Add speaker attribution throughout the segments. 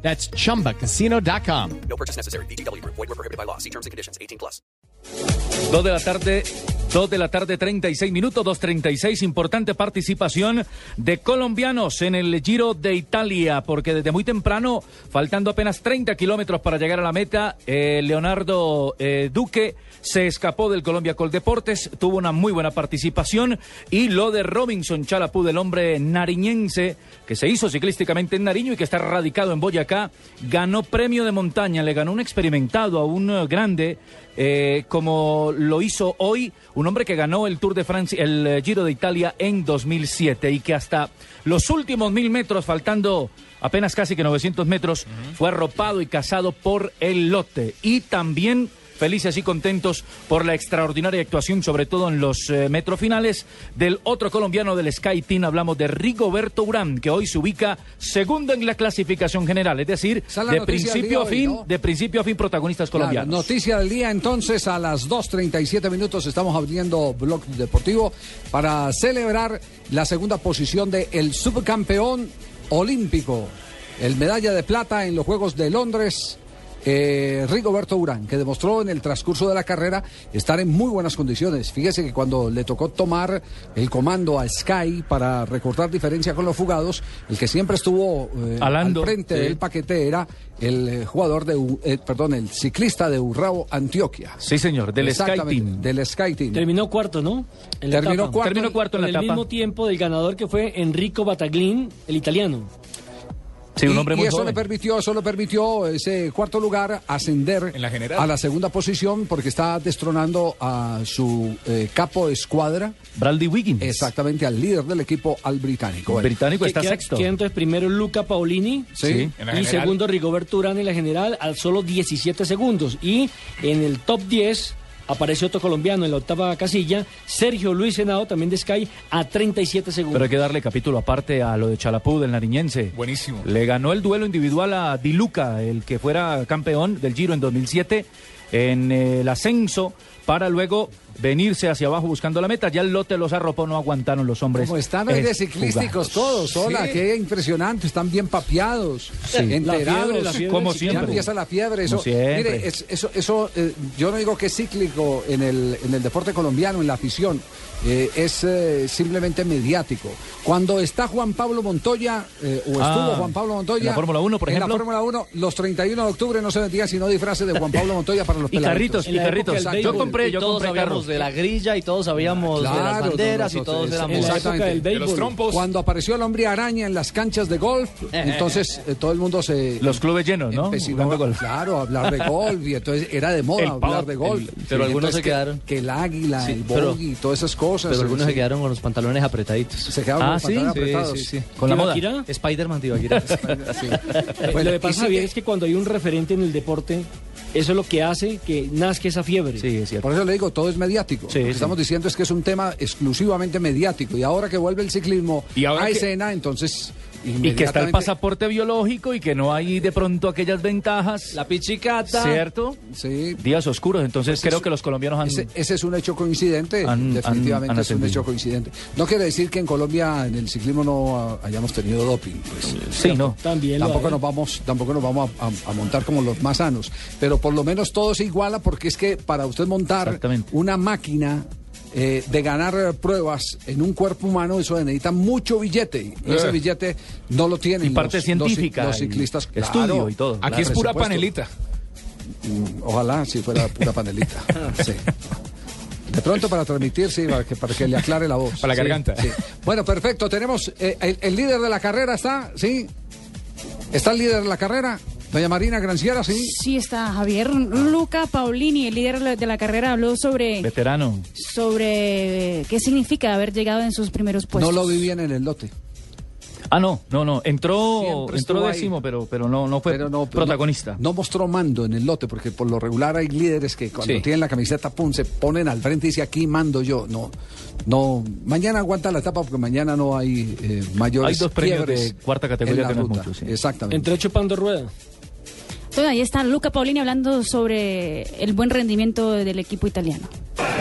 Speaker 1: That's chumbacasino.com.
Speaker 2: No purchase necessary. BGW. Void were prohibited by law. See terms and conditions. 18 plus.
Speaker 3: Dos de la tarde, dos de la tarde, 36 minutos, 2.36. Importante participación de colombianos en el Giro de Italia, porque desde muy temprano, faltando apenas 30 kilómetros para llegar a la meta, eh, Leonardo eh, Duque se escapó del Colombia Col Deportes, tuvo una muy buena participación y lo de Robinson Chalapú, del hombre nariñense, que se hizo ciclísticamente en Nariño y que está radicado en Boyacá, ganó premio de montaña, le ganó un experimentado a un eh, grande eh, como lo hizo hoy un hombre que ganó el Tour de Francia, el eh, Giro de Italia en 2007 y que hasta los últimos mil metros, faltando apenas casi que 900 metros, fue arropado y cazado por el lote y también felices y contentos por la extraordinaria actuación, sobre todo en los eh, metrofinales, del otro colombiano del Sky Team. Hablamos de Rigoberto Urán, que hoy se ubica segundo en la clasificación general, es decir,
Speaker 4: Esa es la
Speaker 3: de
Speaker 4: noticia del
Speaker 3: principio a
Speaker 4: día hoy,
Speaker 3: fin,
Speaker 4: ¿no?
Speaker 3: de principio a fin protagonistas
Speaker 4: Claro,
Speaker 3: colombianos.
Speaker 4: noticia del día entonces a las 2.37 minutos estamos abriendo Blog Deportivo para celebrar la segunda posición de el subcampeón olímpico, el medalla de plata en los Juegos de Londres. eh, Rigoberto Urán, que demostró en el transcurso de la carrera estar en muy buenas condiciones. Fíjese que cuando le tocó tomar el comando a Sky para recortar diferencia con los fugados, el que siempre estuvo eh,
Speaker 3: Alando,
Speaker 4: al frente
Speaker 3: sí.
Speaker 4: del paquete era el eh, jugador de, U- eh, perdón, el ciclista de Urrao, Antioquia.
Speaker 3: Sí, señor, del Sky
Speaker 4: Exactamente,
Speaker 3: Team.
Speaker 4: Del Sky Team.
Speaker 5: Terminó cuarto, ¿no? En la
Speaker 4: Terminó
Speaker 5: etapa.
Speaker 4: cuarto.
Speaker 3: Terminó cuarto en
Speaker 5: Con
Speaker 3: la
Speaker 5: el
Speaker 3: etapa.
Speaker 5: mismo tiempo del ganador que fue Enrico Bataglin, el italiano.
Speaker 3: Sí, un
Speaker 4: Y-
Speaker 3: hombre
Speaker 4: y,
Speaker 3: muy
Speaker 4: eso le
Speaker 3: joven.
Speaker 4: permitió, eso le permitió ese cuarto lugar ascender a la segunda posición porque está destronando a su eh, capo de escuadra,
Speaker 3: Bradley Wiggins.
Speaker 4: exactamente al líder del equipo, al británico.
Speaker 3: El
Speaker 4: Bueno,
Speaker 3: británico pues,
Speaker 5: Que
Speaker 3: está
Speaker 5: queda-
Speaker 3: sexto.
Speaker 5: Queda entonces primero Luca Paolini.
Speaker 4: sí.
Speaker 6: En la
Speaker 5: y
Speaker 6: general.
Speaker 5: segundo Rigoberto Urán en la general al solo 17 segundos. Y en el top 10 aparece otro colombiano en la octava casilla, Sergio Luis Senado, también de Sky, a 37 segundos.
Speaker 3: Pero hay que darle capítulo aparte a lo de Chalapú, del nariñense.
Speaker 6: Buenísimo.
Speaker 3: Le ganó el duelo individual a Diluca, el que fuera campeón del Giro en 2007, en eh, el ascenso, para luego venirse hacia abajo buscando la meta. Ya el lote los arropó, no aguantaron los hombres.
Speaker 4: Como están hoy de
Speaker 3: Es
Speaker 4: ciclísticos
Speaker 3: jugar.
Speaker 4: todos, hola, qué impresionante, están bien papeados, enterados.
Speaker 5: fiebre, la fiebre
Speaker 3: Como
Speaker 5: del
Speaker 3: siempre.
Speaker 4: Ya
Speaker 5: ciclismo.
Speaker 4: empieza la fiebre. Eso,
Speaker 3: Como siempre.
Speaker 4: mire, es- eso, eso eh, yo no digo que es cíclico en el, en el deporte colombiano, en la afición. eh, es eh, simplemente mediático. Cuando está Juan Pablo Montoya, eh, o estuvo
Speaker 3: Ah,
Speaker 4: Juan Pablo Montoya.
Speaker 3: en la Fórmula 1, por
Speaker 4: En la
Speaker 3: ejemplo.
Speaker 4: Fórmula 1, los 31 de octubre no se vendían sino disfraces de Juan Pablo Montoya para los
Speaker 3: Y
Speaker 4: peladitos.
Speaker 3: carritos, y carritos.
Speaker 4: del
Speaker 3: Yo
Speaker 4: béisbol,
Speaker 3: compré,
Speaker 7: y
Speaker 3: yo
Speaker 7: todos
Speaker 3: compré
Speaker 7: sabíamos
Speaker 3: carros.
Speaker 7: de la grilla y todos sabíamos de las
Speaker 4: Claro,
Speaker 7: banderas
Speaker 4: no, no,
Speaker 7: y todos
Speaker 4: no,
Speaker 7: éramos
Speaker 5: en la
Speaker 4: Exactamente.
Speaker 5: época del
Speaker 6: De los
Speaker 5: béisbol.
Speaker 6: trompos.
Speaker 4: Cuando apareció el hombre araña en las canchas de golf, entonces eh, todo el mundo se.
Speaker 3: Los clubes llenos, ¿no?
Speaker 4: empecinó
Speaker 3: Jugando
Speaker 4: a-
Speaker 3: golf.
Speaker 4: Claro, a hablar de golf. Y entonces era de moda
Speaker 3: El
Speaker 4: hablar
Speaker 3: pavo,
Speaker 4: de golf.
Speaker 7: el- pero
Speaker 4: Sí,
Speaker 7: algunos
Speaker 4: entonces
Speaker 7: se
Speaker 4: que-
Speaker 7: quedaron.
Speaker 4: Que, el águila,
Speaker 7: Sí,
Speaker 4: el
Speaker 7: pero-
Speaker 4: bogey, todas esas cosas.
Speaker 7: Pero algunos
Speaker 4: sí,
Speaker 7: se quedaron con los pantalones apretaditos.
Speaker 4: Se quedaron
Speaker 3: Ah,
Speaker 4: con los
Speaker 3: ¿sí?
Speaker 4: pantalones
Speaker 3: Sí,
Speaker 4: apretados.
Speaker 7: sí, sí.
Speaker 3: Con la moda.
Speaker 5: Tibaquirá.
Speaker 7: Spider-Man de Ibaguirá.
Speaker 4: Sí.
Speaker 5: Eh,
Speaker 4: Bueno,
Speaker 5: lo que
Speaker 4: y sí
Speaker 5: pasa, bien es que cuando hay un referente en el deporte, eso es lo que hace que nazca esa fiebre.
Speaker 3: Sí, es cierto.
Speaker 4: Por eso le digo, todo es mediático.
Speaker 3: Sí,
Speaker 4: Lo que
Speaker 3: sí.
Speaker 4: estamos diciendo es que es un tema exclusivamente mediático. Y ahora que vuelve el ciclismo
Speaker 6: Y ahora
Speaker 4: a
Speaker 6: que-
Speaker 4: escena, entonces.
Speaker 3: Y que está el
Speaker 4: inmediatamente-
Speaker 3: pasaporte biológico y que no hay de pronto aquellas ventajas.
Speaker 7: La pichicata.
Speaker 3: ¿Cierto?
Speaker 4: Sí,
Speaker 3: Días oscuros, entonces creo
Speaker 4: es-
Speaker 3: que los colombianos han...
Speaker 4: Ese, ese es un hecho coincidente,
Speaker 3: Han-
Speaker 4: definitivamente
Speaker 3: han- han
Speaker 4: es un
Speaker 3: ascendido.
Speaker 4: hecho coincidente. No quiere decir que en Colombia en el ciclismo no ah, hayamos tenido doping, pues.
Speaker 3: Sí, no.
Speaker 5: También lo
Speaker 4: Tampoco
Speaker 3: ¿eh?
Speaker 5: hay.
Speaker 4: nos vamos, tampoco nos vamos a, a- a montar como los más sanos, pero por lo menos todo se iguala porque es que para usted montar
Speaker 3: Exactamente.
Speaker 4: una máquina eh, de ganar eh, pruebas en un cuerpo humano, eso necesita mucho billete. Y
Speaker 6: Eh.
Speaker 4: ese billete no lo tienen
Speaker 3: Y parte
Speaker 4: los- los ci-
Speaker 3: científica.
Speaker 4: los
Speaker 3: y
Speaker 4: ciclistas.
Speaker 3: Estudio
Speaker 4: claro.
Speaker 3: y todo.
Speaker 6: Aquí es
Speaker 4: por
Speaker 6: pura
Speaker 4: supuesto.
Speaker 6: panelita.
Speaker 4: Mm, Ojalá si fuera pura panelita. Sí. De pronto para transmitir, sí, para que, para que le aclare la voz.
Speaker 6: Para la
Speaker 4: Sí,
Speaker 6: garganta.
Speaker 4: sí. Bueno, perfecto. Tenemos eh, el, el líder de la carrera, ¿está? ¿Sí? ¿Está el líder de la carrera? Doña Marina Granciera, ¿sí?
Speaker 8: Sí, está Javier. Luca Paulini, el líder de la carrera, habló sobre,
Speaker 3: Veterano. Pues
Speaker 8: sobre eh, qué significa haber llegado en sus primeros
Speaker 4: No
Speaker 8: puestos.
Speaker 4: lo vi bien en el lote.
Speaker 3: Ah, no, no, no. Entró,
Speaker 4: Siempre
Speaker 3: entró
Speaker 4: estuvo ahí.
Speaker 3: décimo, pero, pero no, no fue
Speaker 4: Pero no,
Speaker 3: protagonista.
Speaker 4: No, no mostró mando en el lote, porque por lo regular hay líderes que cuando
Speaker 3: Sí.
Speaker 4: tienen la camiseta, pum, se ponen al frente y dice aquí mando yo. No, no. Mañana aguanta la etapa porque mañana no hay eh, mayores.
Speaker 3: Hay dos premios
Speaker 4: quiebres
Speaker 3: de cuarta
Speaker 4: en
Speaker 3: categoría
Speaker 4: la
Speaker 3: que no es
Speaker 4: ruta.
Speaker 3: mucho, sí.
Speaker 4: Exactamente.
Speaker 5: Entre ocho pan de rueda.
Speaker 8: Entonces ahí está Luca Paolini hablando sobre el buen rendimiento del equipo italiano.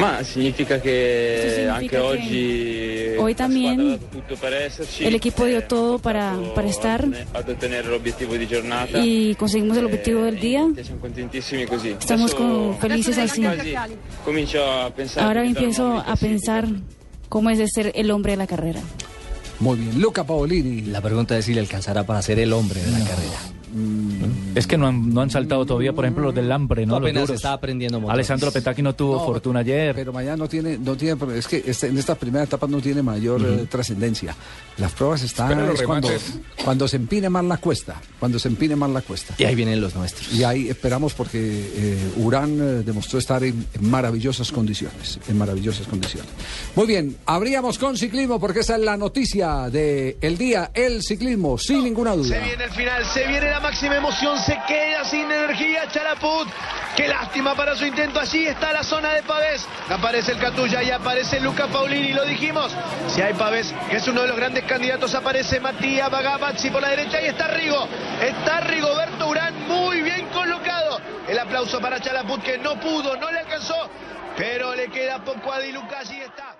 Speaker 6: Ma significa che
Speaker 8: Questo significa
Speaker 6: anche
Speaker 8: che
Speaker 6: oggi
Speaker 8: hoy
Speaker 6: la
Speaker 8: también
Speaker 6: squadra ha dato tutto per esserci,
Speaker 8: el equipo dio
Speaker 6: eh,
Speaker 8: todo
Speaker 6: ha
Speaker 8: para-
Speaker 6: portato
Speaker 8: para
Speaker 6: a
Speaker 8: estar.
Speaker 6: ottene- ad ottenere l'obiettivo di giornata.
Speaker 8: Y conseguimos el
Speaker 6: Eh,
Speaker 8: objetivo del día.
Speaker 6: niente, siamo contentissimi così.
Speaker 8: Estamos
Speaker 6: Adesso
Speaker 8: con- felices así.
Speaker 6: quasi Comincio a pensare
Speaker 8: Ahora
Speaker 6: di dare un
Speaker 8: empiezo
Speaker 6: nome
Speaker 8: a pensar cómo es de ser el hombre de la carrera.
Speaker 4: Muy bien. Luca Paolini.
Speaker 7: La pregunta es si le alcanzará para ser el hombre de la carrera.
Speaker 3: Es que no han, no han saltado todavía, por ejemplo, los del Lampre, ¿no? Los
Speaker 7: Apenas
Speaker 3: duros.
Speaker 7: está aprendiendo motor.
Speaker 3: Alessandro Petacchi no tuvo
Speaker 4: No,
Speaker 3: fortuna ayer.
Speaker 4: Pero mañana no tiene, no tiene, pero es que este- en esta primera etapa no tiene mayor eh, trascendencia. Las pruebas están
Speaker 9: Espera los
Speaker 4: es cuando,
Speaker 9: remates.
Speaker 4: cuando se empine más la cuesta, cuando se empine más la cuesta.
Speaker 7: Y ahí vienen los nuestros.
Speaker 4: Y ahí esperamos porque eh, Urán eh, demostró estar en, en maravillosas condiciones, en maravillosas condiciones. Muy bien, abríamos con ciclismo porque esa es la noticia del día, el ciclismo, sin ninguna duda.
Speaker 10: Se viene el final, se viene la máxima emoción, se queda sin energía Charaput. Qué lástima para su intento. Allí está la zona de Pavés. Aparece el Catulla y aparece Luca Paulini, lo dijimos. Si hay Pavés, que es uno de los grandes candidatos, aparece Matías Bagabazzi por la derecha y está Rigo. Está Rigoberto Urán muy bien colocado. El aplauso para Charaput que no pudo, no le alcanzó, pero le queda poco a Di Lucas y está.